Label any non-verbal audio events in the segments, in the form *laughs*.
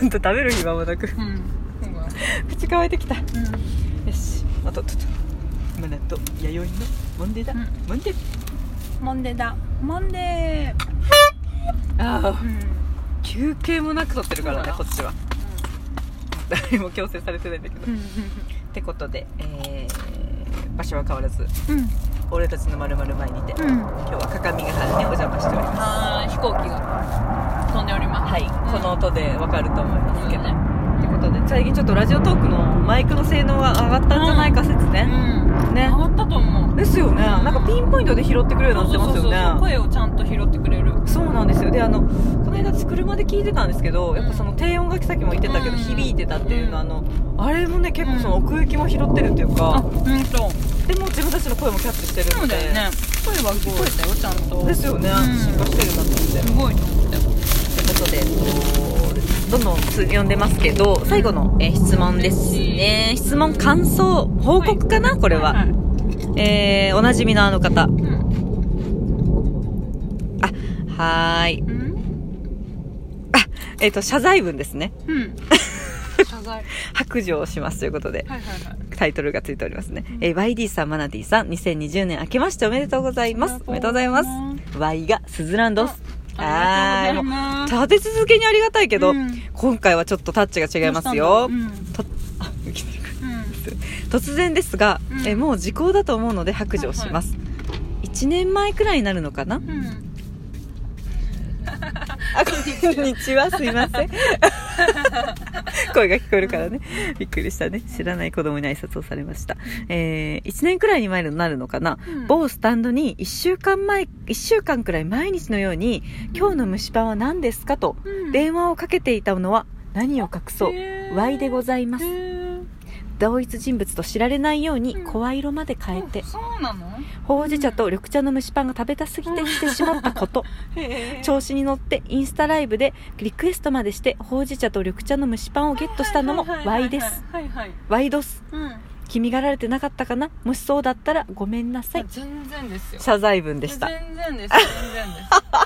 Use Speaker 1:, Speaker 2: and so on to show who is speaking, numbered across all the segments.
Speaker 1: ほんと食べる暇もなく
Speaker 2: うんそうだ
Speaker 1: 口乾いてきたよ
Speaker 2: うん
Speaker 1: しあとっとっとマナと弥生のモンデだ、
Speaker 2: うん
Speaker 1: モンデ
Speaker 2: モンデーだモンデ
Speaker 1: ああ
Speaker 2: ーうん
Speaker 1: 休憩もなく取ってるからね
Speaker 2: そ
Speaker 1: こ
Speaker 2: うだ
Speaker 1: っちは誰にも強制されてないんだけど、
Speaker 2: うんうん
Speaker 1: ってことで、えー場所は変わらず
Speaker 2: うん
Speaker 1: 俺たちのまるまる前にて、
Speaker 2: う
Speaker 1: 今
Speaker 2: んうん
Speaker 1: 日は各務原にお邪魔しております
Speaker 2: あー飛行機が飛んでおります
Speaker 1: はい、この音でわかると思いますけど、
Speaker 2: そうだね
Speaker 1: ってことで最近ちょっとラジオトークのマイクの性能が上がったんじゃないか説
Speaker 2: う
Speaker 1: ね、
Speaker 2: ん
Speaker 1: ね
Speaker 2: 上がったと思う
Speaker 1: ですよねなんかピンポイントで拾ってくれるようになってますよね
Speaker 2: 声をちゃんと拾ってくれる
Speaker 1: そうなんですよであのこの間車で聞いてたんですけどやっぱその低音がさっきも言ってたけど
Speaker 2: うん
Speaker 1: 響いてたっていうのはあ
Speaker 2: うん
Speaker 1: のあれもね結構その奥行きも拾ってるっていう
Speaker 2: あ
Speaker 1: か
Speaker 2: うんと
Speaker 1: でも自分たちの声もキャッチしてる
Speaker 2: そ
Speaker 1: の
Speaker 2: う
Speaker 1: で
Speaker 2: だよね声は聞こえたよちゃんと
Speaker 1: ですすよね
Speaker 2: うん
Speaker 1: 進化してるなと思って
Speaker 2: ごいと思ったよ
Speaker 1: ということで、えっとどんどんつ読んでますけど最後の、えー質問ですね質問感想報告かな、これは、
Speaker 2: いい
Speaker 1: えーおなじみのあの方
Speaker 2: うん
Speaker 1: はーい
Speaker 2: うん
Speaker 1: えっ、と謝罪文ですね
Speaker 2: うん謝罪
Speaker 1: 白状しますということで
Speaker 2: はいはいはい
Speaker 1: タイトルがついておりますね、
Speaker 2: うん
Speaker 1: えー YD さんマナティさん2020年明けましておめでとうございますおめでとうございます Y がスズランドス
Speaker 2: あ
Speaker 1: は
Speaker 2: り
Speaker 1: ー
Speaker 2: がとうございます
Speaker 1: 立て続けにありがたいけど、
Speaker 2: うん
Speaker 1: 今回はちょっとタッチが違いますよ
Speaker 2: どうしたんだ
Speaker 1: と
Speaker 2: ろう
Speaker 1: あ浮きてる
Speaker 2: うんうん
Speaker 1: 突然ですが、
Speaker 2: うん
Speaker 1: えもう時効だと思うので白状します、1年前くらいになるのかな
Speaker 2: うん
Speaker 1: あこんにちはすいません声が聞こえるからねびっくりしたね知らない子供に挨拶をされました、え1年くらいに前になるのかな、
Speaker 2: うん
Speaker 1: 某スタンドに1週間前1週間くらい毎日のように「今日の蒸しパンは何ですか?」と
Speaker 2: うん
Speaker 1: 電話をかけていたのは何を隠そう
Speaker 2: へー
Speaker 1: Y でございます
Speaker 2: へー
Speaker 1: 同一人物と知られないように
Speaker 2: うん
Speaker 1: 声色まで変えて
Speaker 2: そうなの
Speaker 1: ほうじ茶と緑茶の蒸しパンが食べたすぎてしてしまったこと
Speaker 2: へー
Speaker 1: 調子に乗ってインスタライブでリクエストまでしてほうじ茶と緑茶の蒸しパンをゲットしたのも
Speaker 2: はいはいはい
Speaker 1: Y です
Speaker 2: はいはい
Speaker 1: Y ドス
Speaker 2: うん
Speaker 1: 君がられてなかったかなもしそうだったらごめんなさい
Speaker 2: 全然ですよ
Speaker 1: 謝罪文でしたあ
Speaker 2: 全然
Speaker 1: *laughs*
Speaker 2: です全然です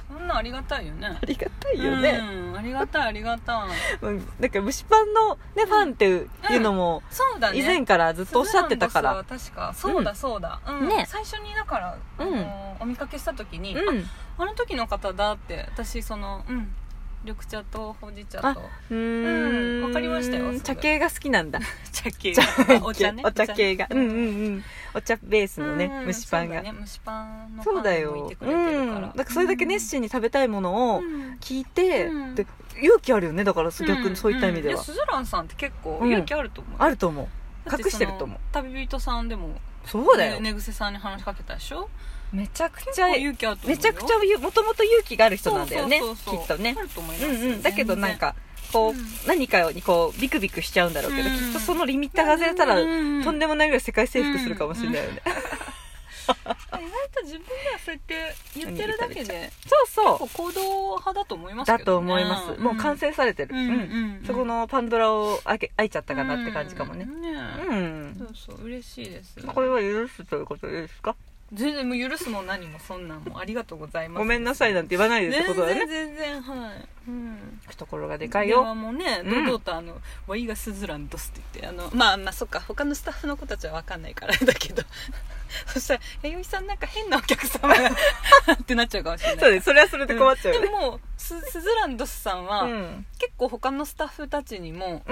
Speaker 2: そんなありがたいよね
Speaker 1: りがたいよね、
Speaker 2: うんありがたいありがたい
Speaker 1: うん、なんか蒸しパンの、ね、ファンっていういうのも
Speaker 2: そうだね
Speaker 1: 以前からずっとおっしゃってたから、
Speaker 2: そうなんですよ確かそうだそうだ、うん
Speaker 1: ね
Speaker 2: 最初にだから、あのーお見かけした時に、
Speaker 1: うん
Speaker 2: あの時の方だって私そのうん緑茶とほうじ茶と
Speaker 1: うーん
Speaker 2: わかりましたよすぐ
Speaker 1: 茶系が好きなんだ
Speaker 2: 茶系
Speaker 1: お
Speaker 2: お
Speaker 1: 茶
Speaker 2: 茶ね
Speaker 1: 系がうんうんうんお茶ベース
Speaker 2: う
Speaker 1: の
Speaker 2: ん
Speaker 1: ね蒸しパン
Speaker 2: そう
Speaker 1: が
Speaker 2: だね蒸しパンのパン
Speaker 1: そうだよ
Speaker 2: を置いてくれて
Speaker 1: う
Speaker 2: る
Speaker 1: ん
Speaker 2: から
Speaker 1: だからそれだけ熱心に食べたいものを
Speaker 2: うん
Speaker 1: 聞いて、
Speaker 2: うん
Speaker 1: で勇気あるよねだからそう逆
Speaker 2: ん
Speaker 1: にそういった意味では、
Speaker 2: やスズランさんって結構
Speaker 1: うん
Speaker 2: 勇気あると思う、
Speaker 1: あると思う
Speaker 2: だって
Speaker 1: 隠してると思う
Speaker 2: その旅人さんでも
Speaker 1: そうだよ、
Speaker 2: ね寝癖さんに話しかけたでしょ
Speaker 1: めちゃく
Speaker 2: 結
Speaker 1: ちゃ
Speaker 2: 構勇気あると思
Speaker 1: め
Speaker 2: うよ
Speaker 1: ちゃくちゃゆもともと勇気がある人なんだよね
Speaker 2: そうそうそう
Speaker 1: きっとね
Speaker 2: あると思いま
Speaker 1: う
Speaker 2: す
Speaker 1: んうんだけどなんかこう、
Speaker 2: うん
Speaker 1: 何かにこうビクビクしちゃうんだろうけど、
Speaker 2: うん
Speaker 1: きっとそのリミッターが外れたら、とん
Speaker 2: で
Speaker 1: でもないぐらい世界征服するかもしれないよね、
Speaker 2: 意外と自分ではそうやって言ってるだけで
Speaker 1: そうそ
Speaker 2: 結構行動派だと思いま
Speaker 1: う
Speaker 2: すけ
Speaker 1: だ
Speaker 2: ど、ね、
Speaker 1: と思います、もう完成されてる、
Speaker 2: うん
Speaker 1: うん
Speaker 2: うん
Speaker 1: そこのパンドラを開け開いちゃったかなって感じかもね
Speaker 2: うん
Speaker 1: うん、
Speaker 2: そうそう嬉しいです
Speaker 1: これは許すということですか
Speaker 2: 全然もう許すも何もそんなんもありがとうございます
Speaker 1: ごめんなさいなんて言わないで
Speaker 2: 全
Speaker 1: すってことだ
Speaker 2: 然
Speaker 1: ね
Speaker 2: 全然はい、うん
Speaker 1: 懐がでかい
Speaker 2: 電話
Speaker 1: よ
Speaker 2: もね
Speaker 1: うん
Speaker 2: 堂々とあの「ワイがスズランドス」って言ってあのまあまあそっか他のスタッフの子たちは分かんないからだけど *laughs* そしたら「弥生さんなんか変なお客様が」 *laughs* ってなっちゃうかもしれない
Speaker 1: そうですそれはそれで困っちゃうよ
Speaker 2: で
Speaker 1: ね
Speaker 2: もススズランドスさんは、
Speaker 1: うん
Speaker 2: 結構他のスタッフたちにも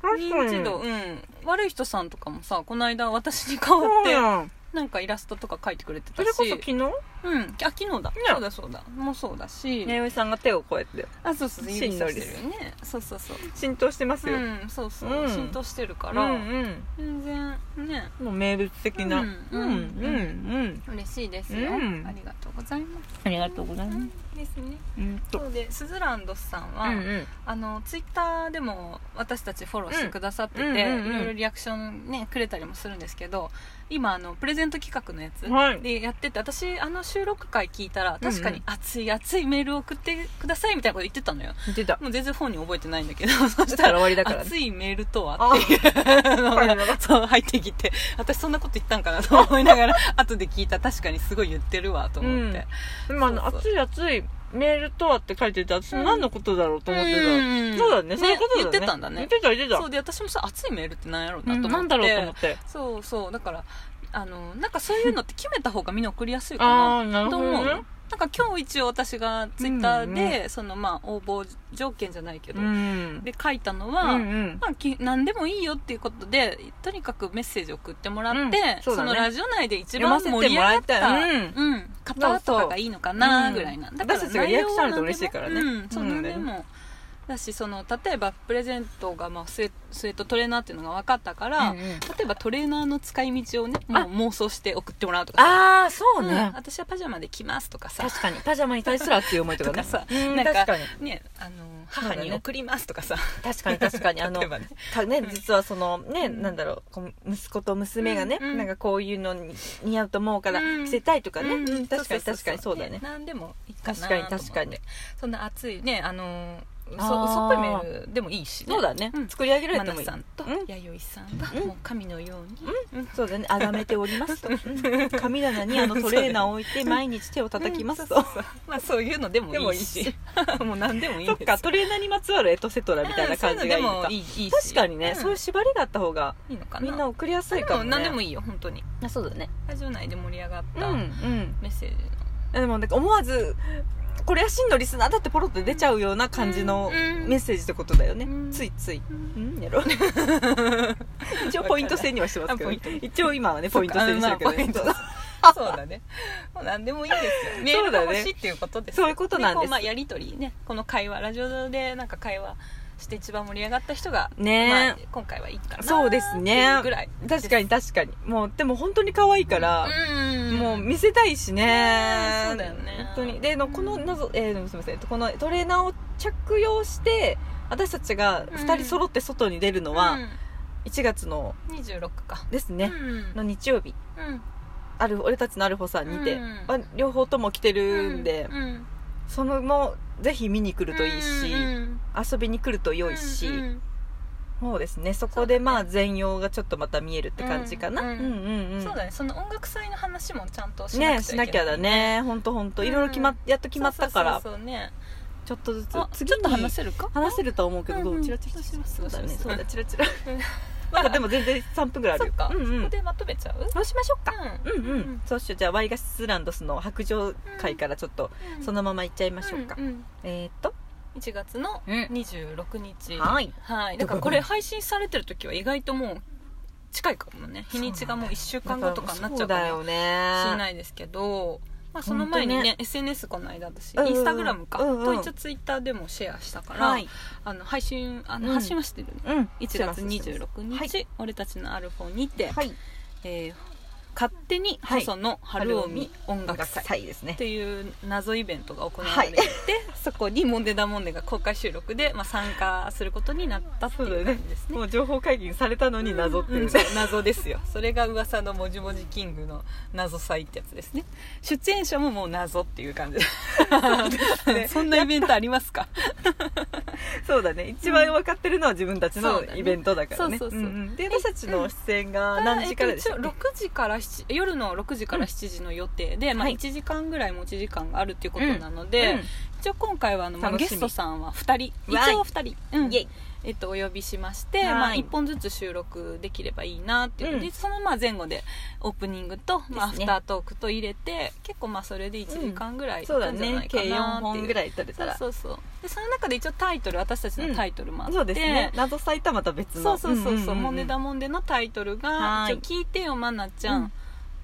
Speaker 1: 確か
Speaker 2: 認
Speaker 1: に
Speaker 2: 知度、うん、悪い人さんとかもさこの間私に代わ
Speaker 1: そう
Speaker 2: って
Speaker 1: やん
Speaker 2: なんかイラストとか描いてくれて
Speaker 1: そ
Speaker 2: た
Speaker 1: れ
Speaker 2: し
Speaker 1: こそ昨日
Speaker 2: うん、あ昨日だ、そうだそうだもうそうだし、
Speaker 1: 弥生さんが手をこうやって
Speaker 2: あそうそうそう
Speaker 1: しんどり
Speaker 2: 指さしてるよねそうそうそう
Speaker 1: 浸透してますよ、
Speaker 2: うん、そうそう、
Speaker 1: うん
Speaker 2: 浸透してるか
Speaker 1: う
Speaker 2: ら、
Speaker 1: ん
Speaker 2: 全然ね
Speaker 1: うんもう名物的なう
Speaker 2: うんん
Speaker 1: うんうん
Speaker 2: 嬉しいですよ、
Speaker 1: うん
Speaker 2: ありがとうございます
Speaker 1: ありがとうございます
Speaker 2: ですね
Speaker 1: うんと
Speaker 2: そうでスズランドスさん
Speaker 1: う
Speaker 2: は、
Speaker 1: んうん
Speaker 2: あのツイッターでも私たちフォローしてくださってて、
Speaker 1: うんうんうんうん
Speaker 2: いろいろリアクションねくれたりもするんですけど今あのプレゼント企画のやつ
Speaker 1: はい
Speaker 2: でやってて、私あの収録回聞いたら、確か
Speaker 1: うん
Speaker 2: に熱い熱いメールを送ってくださいみたいなこと言ってたのよ。
Speaker 1: 言って
Speaker 2: *laughs*
Speaker 1: た
Speaker 2: もう全然本に覚えてないん
Speaker 1: *laughs*
Speaker 2: だけど、そし
Speaker 1: だか
Speaker 2: た
Speaker 1: ら
Speaker 2: ら、
Speaker 1: 終わりだからね
Speaker 2: *laughs* 熱いメールとは
Speaker 1: あ
Speaker 2: っていうの
Speaker 1: はい
Speaker 2: が
Speaker 1: はいはい、
Speaker 2: *laughs* そう入ってきて、私そんなこと言ったんかなと思いな *laughs* がら、後で聞いたら確かにすごい言ってるわと思って。
Speaker 1: でもあの
Speaker 2: そう
Speaker 1: 熱い熱いメールとはって書いてて私も何のことだろうと思ってた、
Speaker 2: うん
Speaker 1: そうだねそういうことだね
Speaker 2: 言ってたんだね
Speaker 1: 言ってた言ってた
Speaker 2: そうで、私もさ、熱いメールってなんやろうな
Speaker 1: うん
Speaker 2: と思って。
Speaker 1: なんだろうと思って
Speaker 2: そうそうだからあのなんかそういうのって決めた方がみんな送りやすい
Speaker 1: あ
Speaker 2: か
Speaker 1: あーな
Speaker 2: な
Speaker 1: る
Speaker 2: と
Speaker 1: ほ
Speaker 2: 思
Speaker 1: ど
Speaker 2: う
Speaker 1: ね
Speaker 2: なんか今日一応私がツイッター
Speaker 1: うん
Speaker 2: で、そのまあ応募条件じゃないけど、
Speaker 1: うん
Speaker 2: で書いたのは、
Speaker 1: うんうん
Speaker 2: まあ、き何でもいいよっていうことでとにかくメッセージ送ってもらって、
Speaker 1: うんそ
Speaker 2: そ
Speaker 1: うだね
Speaker 2: のラジオ内で一
Speaker 1: 読
Speaker 2: 番
Speaker 1: ませて
Speaker 2: 盛
Speaker 1: も
Speaker 2: り上
Speaker 1: ら
Speaker 2: が
Speaker 1: い
Speaker 2: ったた
Speaker 1: いうん
Speaker 2: うん、方とかがいいのかなぐらいな、
Speaker 1: うん
Speaker 2: だから
Speaker 1: 私たちがリアクションあると嬉しいからね
Speaker 2: 内容は何でもうん、そ
Speaker 1: うん
Speaker 2: のでもだしその例えばプレゼントが、まあ、スウェスウェットトレーナーっていうのが分かったから、
Speaker 1: うんうん
Speaker 2: 例えばトレーナーの使い道をね
Speaker 1: あ
Speaker 2: もう妄想して送ってもらうとかさ
Speaker 1: ああそう
Speaker 2: うん
Speaker 1: ね、
Speaker 2: 私はパジャマで来ますとかさ
Speaker 1: 確かにパジャマに対する熱い思いとかね
Speaker 2: *laughs* とかさ
Speaker 1: うん
Speaker 2: なんか
Speaker 1: 確かに
Speaker 2: ねあの
Speaker 1: そうだ
Speaker 2: 母
Speaker 1: ね
Speaker 2: に送りますとかさ、
Speaker 1: 確かに確かにあの
Speaker 2: 例えばね
Speaker 1: たね
Speaker 2: うん
Speaker 1: 実はそのね、
Speaker 2: うん
Speaker 1: なんだろうこう息子と娘がね、
Speaker 2: うんうん
Speaker 1: なんかこういうのに似合うと思うから
Speaker 2: うん
Speaker 1: 着せたいとかね、
Speaker 2: うんうん
Speaker 1: 確かに
Speaker 2: そう
Speaker 1: 確
Speaker 2: そ
Speaker 1: か
Speaker 2: う
Speaker 1: に
Speaker 2: そ
Speaker 1: そううだね
Speaker 2: ね何でもいいかな
Speaker 1: 確かに
Speaker 2: と思って
Speaker 1: 確かに
Speaker 2: そんな熱いねあのー
Speaker 1: あー
Speaker 2: そ嘘っぽいメールでもいいし、
Speaker 1: そうだね、
Speaker 2: うん
Speaker 1: 作り上げられ
Speaker 2: マ
Speaker 1: て
Speaker 2: ナ
Speaker 1: もいい
Speaker 2: さんと
Speaker 1: うん
Speaker 2: 弥生さんが
Speaker 1: うん
Speaker 2: もう神のように、
Speaker 1: そうだねあがめており
Speaker 2: *laughs*
Speaker 1: ますとうん神棚にあのトレーナーを置いて毎日手を叩きますと、
Speaker 2: うんそうそうそうまあそういうのでも
Speaker 1: でもい
Speaker 2: い
Speaker 1: い
Speaker 2: い
Speaker 1: し
Speaker 2: し *laughs* もう何でもいいん
Speaker 1: そっ
Speaker 2: です
Speaker 1: かトレーナーにまつわるエトセトラみたいな感じがいいの
Speaker 2: うん
Speaker 1: か、
Speaker 2: そういうのでもいいいいし
Speaker 1: 確かにね、
Speaker 2: うん
Speaker 1: そういう縛りがあった方が
Speaker 2: いいのかな
Speaker 1: みんな送りやすいかも、ね、
Speaker 2: で何でも
Speaker 1: い
Speaker 2: いいよ本当に
Speaker 1: あそうだね
Speaker 2: ラジオ内で盛り上がっ
Speaker 1: うんう
Speaker 2: たメ
Speaker 1: ん
Speaker 2: ッセージの
Speaker 1: でもなんか思わずこれは真のリスナーだってポロッと出ちゃうような感じの
Speaker 2: うん
Speaker 1: メッセージってことだよね、
Speaker 2: うん
Speaker 1: ついつい、
Speaker 2: うん
Speaker 1: うん、
Speaker 2: *laughs*
Speaker 1: やろ一応ポイント制にはしてますけど、ね
Speaker 2: あポイン、
Speaker 1: 一応今はねポイント制にしてるけど、
Speaker 2: そっ
Speaker 1: ね
Speaker 2: かあまそうだね。もう何でもいいですよ。メー
Speaker 1: *laughs* そう
Speaker 2: ル
Speaker 1: だ
Speaker 2: が
Speaker 1: ね
Speaker 2: 欲しいっていうことです。
Speaker 1: そういうことなんです
Speaker 2: こうまあやりとりね、この会話、ラジオ上でなんか会話して一番盛り上がった人が、
Speaker 1: ね
Speaker 2: まあ、今回はいいかな。
Speaker 1: そうですね
Speaker 2: ぐらい。
Speaker 1: 確かに確かにもうでも本当に可愛いから、
Speaker 2: うん。
Speaker 1: もう見せたいしね
Speaker 2: ねそうだよね
Speaker 1: 本当にでのこの謎、えー、すみませんこのトレーナーを着用して私たちが2人揃って外に出るの
Speaker 2: う
Speaker 1: は
Speaker 2: ん
Speaker 1: 1月の
Speaker 2: 26か。
Speaker 1: です
Speaker 2: う
Speaker 1: ね、
Speaker 2: ん。
Speaker 1: の日曜日
Speaker 2: うん
Speaker 1: ある俺たちのアルフォさんにて、
Speaker 2: うん
Speaker 1: まあ両方とも来てるんで、
Speaker 2: うん。
Speaker 1: そのもぜひ見に来るといいし、
Speaker 2: うん
Speaker 1: 遊びに来ると良いし、
Speaker 2: うんうん
Speaker 1: そうですねそこでまあ全容がちょっとまた見えるって感じかな、う
Speaker 2: うんん
Speaker 1: うんうん
Speaker 2: そうだね。その音楽祭の話もちゃんとしな
Speaker 1: ね
Speaker 2: く
Speaker 1: し
Speaker 2: ちゃ
Speaker 1: ない
Speaker 2: け
Speaker 1: きゃだ。ねほんとほんといろいろ決まっやっと決まったから
Speaker 2: そうそうそうね。
Speaker 1: ちょっとずつ
Speaker 2: あ
Speaker 1: 次
Speaker 2: ちょっと
Speaker 1: に
Speaker 2: 話せるか
Speaker 1: 話せるとは思うけどど
Speaker 2: うんう
Speaker 1: うんチラチラチラ
Speaker 2: そ
Speaker 1: そう
Speaker 2: う
Speaker 1: だ
Speaker 2: そうそう
Speaker 1: ね
Speaker 2: そう
Speaker 1: そうだチラチラ
Speaker 2: うん
Speaker 1: *laughs* まだでも全然3分ぐらいあ
Speaker 2: そ
Speaker 1: る
Speaker 2: っ
Speaker 1: よ
Speaker 2: か。
Speaker 1: うんう
Speaker 2: そ
Speaker 1: ん
Speaker 2: こでまとめちゃう
Speaker 1: そうしましょうか
Speaker 2: う
Speaker 1: うんう
Speaker 2: うん
Speaker 1: そうしようじゃあワイガスランドスの白状会からちょっと
Speaker 2: うん
Speaker 1: そのまま行っちゃいましょうか
Speaker 2: んん
Speaker 1: えーっと
Speaker 2: 1月の
Speaker 1: うん
Speaker 2: 26日、
Speaker 1: はい
Speaker 2: はいだからこれ配信されてる時は意外ともう近いかもね日にちがもう1週間後とかになっちゃうか
Speaker 1: だ
Speaker 2: も
Speaker 1: よね
Speaker 2: しれないですけど、まあ、その前に
Speaker 1: ほ
Speaker 2: ね
Speaker 1: んとね
Speaker 2: SNS この間私
Speaker 1: うんうん
Speaker 2: インスタグラムか、
Speaker 1: うんうん
Speaker 2: と一応ツイッターでもシェアしたから、
Speaker 1: はい
Speaker 2: あの配信あの、
Speaker 1: うん
Speaker 2: 発信はしてるね
Speaker 1: うん
Speaker 2: 1月26日、
Speaker 1: はい
Speaker 2: 俺たちのアルフォにて、
Speaker 1: はい
Speaker 2: えー勝手に細野晴臣音楽祭
Speaker 1: 祭ですね
Speaker 2: という謎イベントが行われて、そこにモンデダモンデが公開収録で、まあ、参加することになったっていう感じです
Speaker 1: *laughs*
Speaker 2: ね
Speaker 1: もう情報解禁されたのに謎って
Speaker 2: う
Speaker 1: い
Speaker 2: ん
Speaker 1: う
Speaker 2: そ
Speaker 1: ね
Speaker 2: う謎ですよそれが噂のもじもじキングの謎祭ってやつですね出演者ももう謎っていう感じで、 *laughs* そんなイベントありますか
Speaker 1: そうだね一番分かってるのは自分たちの
Speaker 2: そうだね
Speaker 1: イベントだからね
Speaker 2: そうそうそうん
Speaker 1: んで私たちの出演が何時からでし
Speaker 2: え
Speaker 1: た
Speaker 2: っ
Speaker 1: っ
Speaker 2: と一応6時から7夜の6時から7時の予定で、まあ、
Speaker 1: はい
Speaker 2: 1時間ぐらい持ち時間があるっていうことなの
Speaker 1: け
Speaker 2: で、一応今回はあの、まあ
Speaker 1: 楽しみ
Speaker 2: ゲストさんは2人一応2人、うん
Speaker 1: イエイ
Speaker 2: えっと、お呼びしまして、
Speaker 1: はい
Speaker 2: まあ、1本ずつ収録できればいいなっていうので、
Speaker 1: うん
Speaker 2: そのまあ前後でオープニングと、まあ、ア
Speaker 1: です
Speaker 2: フ
Speaker 1: ね
Speaker 2: タートークと入れて結構まあそれで1時間ぐらいいく
Speaker 1: そうん
Speaker 2: じ
Speaker 1: だ
Speaker 2: ゃな
Speaker 1: ね
Speaker 2: い
Speaker 1: 計
Speaker 2: か
Speaker 1: 4
Speaker 2: なっていう,、
Speaker 1: 本ぐらい取れたら
Speaker 2: そうそうそうでその中で一応タイトル私たちのタイトルもあって、
Speaker 1: そうですね謎埼玉とは別
Speaker 2: そ
Speaker 1: の
Speaker 2: うそうそうそう「モンデダ
Speaker 1: も
Speaker 2: モンデ」のタイトルが
Speaker 1: は
Speaker 2: 「
Speaker 1: い
Speaker 2: 一応聞いてよマナちゃん、
Speaker 1: うん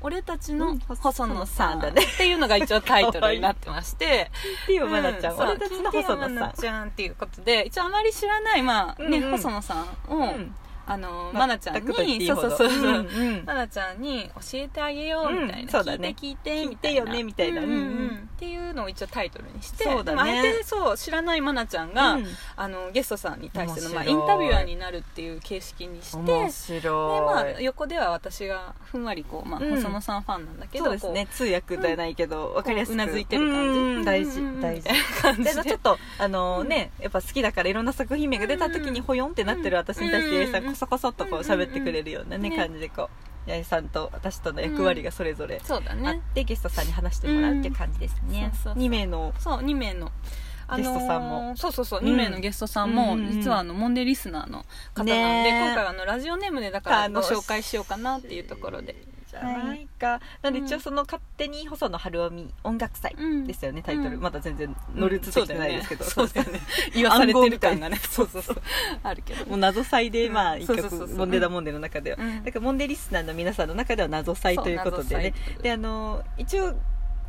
Speaker 2: 俺たち
Speaker 1: うん
Speaker 2: の
Speaker 1: 細
Speaker 2: 細
Speaker 1: 野
Speaker 2: 野
Speaker 1: さ
Speaker 2: さ
Speaker 1: ん
Speaker 2: ん」
Speaker 1: だ
Speaker 2: だ
Speaker 1: ね
Speaker 2: ねっていうのが一応タイトルになってまして
Speaker 1: っていうまなちゃん
Speaker 2: うそう
Speaker 1: 俺たちの細野
Speaker 2: 金山
Speaker 1: さん
Speaker 2: ちゃんっていうことで一応あまり知らない、まあね
Speaker 1: うんうん
Speaker 2: 細野さんを、
Speaker 1: うん
Speaker 2: あの
Speaker 1: ま
Speaker 2: まなちゃん
Speaker 1: 全くと言ってい
Speaker 2: に
Speaker 1: い
Speaker 2: そ
Speaker 1: ほ
Speaker 2: うそう
Speaker 1: ど
Speaker 2: そうそ
Speaker 1: う
Speaker 2: う、
Speaker 1: んうん
Speaker 2: まなちゃんに教えてあげようみたいな、
Speaker 1: うんそうだね
Speaker 2: 聞いて聞いて
Speaker 1: 聞いてよねみたいな
Speaker 2: うんうん
Speaker 1: うん
Speaker 2: うんっていうのを一応タイトルにして
Speaker 1: そうだね
Speaker 2: でもあえてそう知らないまなちゃんが、
Speaker 1: うん
Speaker 2: あのゲストさんに対しての、まあ、
Speaker 1: 面白
Speaker 2: イ
Speaker 1: い
Speaker 2: ンタビュアーになるっていう形式にして
Speaker 1: 面
Speaker 2: で、ま
Speaker 1: 白
Speaker 2: あ、
Speaker 1: い
Speaker 2: 横では私がふんわりこう、まあ
Speaker 1: うん
Speaker 2: 細野さんファンなんだけど
Speaker 1: そうですね通訳じゃないけど、わかりやすく
Speaker 2: うなずいてる感じ
Speaker 1: うんうん大事
Speaker 2: うんうんうん
Speaker 1: 大事
Speaker 2: みた *laughs* いな感じ
Speaker 1: で
Speaker 2: で
Speaker 1: ちょっとあのねやっぱ好きだからいろんな作品名が出た時に
Speaker 2: うん
Speaker 1: ほよんってなってる私に対して
Speaker 2: うん
Speaker 1: 八重さんこそこそっとこう喋ってくれるようなね
Speaker 2: ね
Speaker 1: 感じでこう八重さんと私との役割がそれぞれ
Speaker 2: そうだ
Speaker 1: あっ
Speaker 2: ね
Speaker 1: てゲストさんに話してもらうっていう感じですね
Speaker 2: うんそうそうそう
Speaker 1: 2名の
Speaker 2: そう2名の、あ
Speaker 1: ゲ
Speaker 2: のー
Speaker 1: ストさんも
Speaker 2: そうそうそう
Speaker 1: うん
Speaker 2: 2名のゲストさんも、
Speaker 1: うんうんうん
Speaker 2: 実はあのモンデリスナーの方なんで、
Speaker 1: ねえ
Speaker 2: 今回はあのラジオネームでだからご
Speaker 1: 楽しい
Speaker 2: 紹介しようかなっていうところで
Speaker 1: じゃないかなんで一応その勝手に細野晴臣音楽祭
Speaker 2: うん
Speaker 1: ですよねタイトル
Speaker 2: うん
Speaker 1: まだ全然乗り移ってきてないですけど
Speaker 2: そうだよ
Speaker 1: *laughs*
Speaker 2: ね
Speaker 1: 言
Speaker 2: 言
Speaker 1: わ
Speaker 2: わ
Speaker 1: さ
Speaker 2: さ
Speaker 1: れ
Speaker 2: れ
Speaker 1: て
Speaker 2: て
Speaker 1: る
Speaker 2: る
Speaker 1: 感
Speaker 2: 感 *laughs*
Speaker 1: が
Speaker 2: が
Speaker 1: ね
Speaker 2: ねそうそうそうあるけど
Speaker 1: もう謎祭で、
Speaker 2: うん
Speaker 1: まあ一曲
Speaker 2: そうそうそうそう
Speaker 1: モンデダモンデの中では、
Speaker 2: うん
Speaker 1: だからモンデリスナーの皆さんの中では謎祭ということでね
Speaker 2: そう謎祭
Speaker 1: であの一応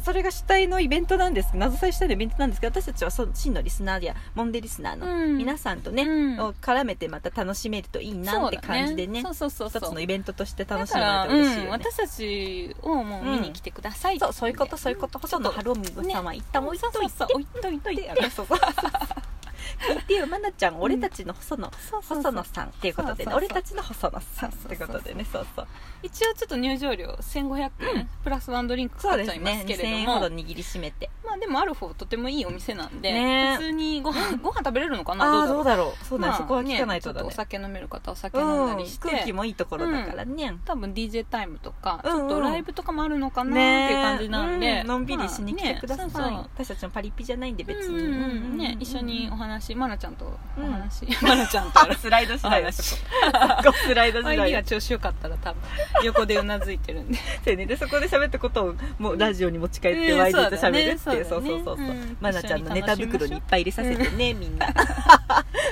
Speaker 1: それが主体のイベントなんです謎祭主体のイベントなんですけど私たちはその真のリスナーやモンデリスナーの
Speaker 2: うん
Speaker 1: 皆さんとね、
Speaker 2: うん
Speaker 1: を絡めてまた楽しめるといいな
Speaker 2: そ
Speaker 1: っ
Speaker 2: う
Speaker 1: て
Speaker 2: だ
Speaker 1: 感じでね
Speaker 2: そうそうそうそ
Speaker 1: 一
Speaker 2: う
Speaker 1: つのイベントとして楽
Speaker 2: だ
Speaker 1: し
Speaker 2: か
Speaker 1: め
Speaker 2: ら、
Speaker 1: ると嬉しいよ
Speaker 2: うん、
Speaker 1: ね、
Speaker 2: 私たちをもう見に来てくださいって、
Speaker 1: そうそういうことそういうこと細野晴臣さんは一旦置いといて、
Speaker 2: そうそうそう置いといて
Speaker 1: あそうそう聞いてよまなちゃん俺たちの細野、細野さんっていうことで、ね、
Speaker 2: そうそうそう
Speaker 1: 俺たちの細野さん
Speaker 2: そうそうそう
Speaker 1: ってことでねそうそう
Speaker 2: 一応ちょっと入場料1500円、プラスワンドリンクかかっちゃいますけ
Speaker 1: 2000
Speaker 2: れど
Speaker 1: 円ほ
Speaker 2: も
Speaker 1: ど握りしめて
Speaker 2: まあでもある方とてもいいお店なんで、
Speaker 1: ねえ
Speaker 2: 普通にご飯ご飯食べれるのかな
Speaker 1: ああ
Speaker 2: ど
Speaker 1: ど
Speaker 2: う
Speaker 1: う
Speaker 2: だ
Speaker 1: だ
Speaker 2: ろ
Speaker 1: ろうそううだね、
Speaker 2: まあ
Speaker 1: そこは聞かないとだ
Speaker 2: ちょ
Speaker 1: ね
Speaker 2: っお酒飲める方はお酒飲んだ
Speaker 1: うん
Speaker 2: りして、
Speaker 1: 空気もいいところだからね、
Speaker 2: 多分 DJ タイムとか、
Speaker 1: うんうん
Speaker 2: ちょっとライブとかもあるのかなっ
Speaker 1: ね
Speaker 2: ていう感じなんで、
Speaker 1: うんのんびりしに来
Speaker 2: まあ
Speaker 1: て
Speaker 2: ね
Speaker 1: ください、
Speaker 2: そうそう
Speaker 1: 私たちのパリピじゃないんで別に、
Speaker 2: うんうん
Speaker 1: うんうんうん
Speaker 2: ね、一緒にお話まなちゃんとお話、まなちゃんと
Speaker 1: *laughs* あスライドしない
Speaker 2: *laughs* あ
Speaker 1: よ
Speaker 2: そ
Speaker 1: そこ *laughs* そこスライドしな
Speaker 2: 入
Speaker 1: い
Speaker 2: り
Speaker 1: よ
Speaker 2: が調子よかったら多分横でうなずいてる
Speaker 1: *laughs*
Speaker 2: んで
Speaker 1: ってねでそこで喋ったことをもうラジオに持ち帰ってワイドで喋るっていう
Speaker 2: うん
Speaker 1: そ
Speaker 2: そう
Speaker 1: そ
Speaker 2: うだね
Speaker 1: うそうそう
Speaker 2: うん
Speaker 1: まなちゃんのネタ袋にいっぱい入れさせてねみんな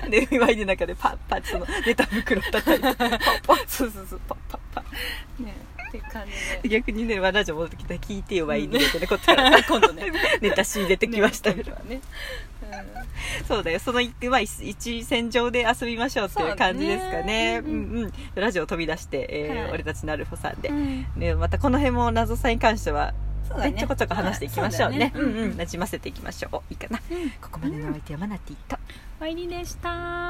Speaker 1: でワイドの中でパッパッそのネタ袋を叩いてパッパッそうそうそうパッパッパッ
Speaker 2: ねっていう感じで
Speaker 1: 逆にね、まあラジオ戻ってきたら聞いてよ、ワインでってね、こっちから。 *laughs* 今度ね、ネタ仕入れてきましたみたいな
Speaker 2: ねうん
Speaker 1: そうだよ、その一は一一線上で遊びましょうっていう感じですかね。う
Speaker 2: そうだね
Speaker 1: んうん。ラジオ飛び出して、えー
Speaker 2: はい
Speaker 1: 俺たちのアルフォさんで
Speaker 2: う。ん
Speaker 1: ね、またこの辺も謎さに関しては、
Speaker 2: そうだ
Speaker 1: ね
Speaker 2: ね
Speaker 1: ちょこちょこ話していきましょうね。
Speaker 2: そうだ
Speaker 1: うんうん。なじませていきましょう。おいいかな。ここまでのお相手はマナティと。
Speaker 2: ワイリでした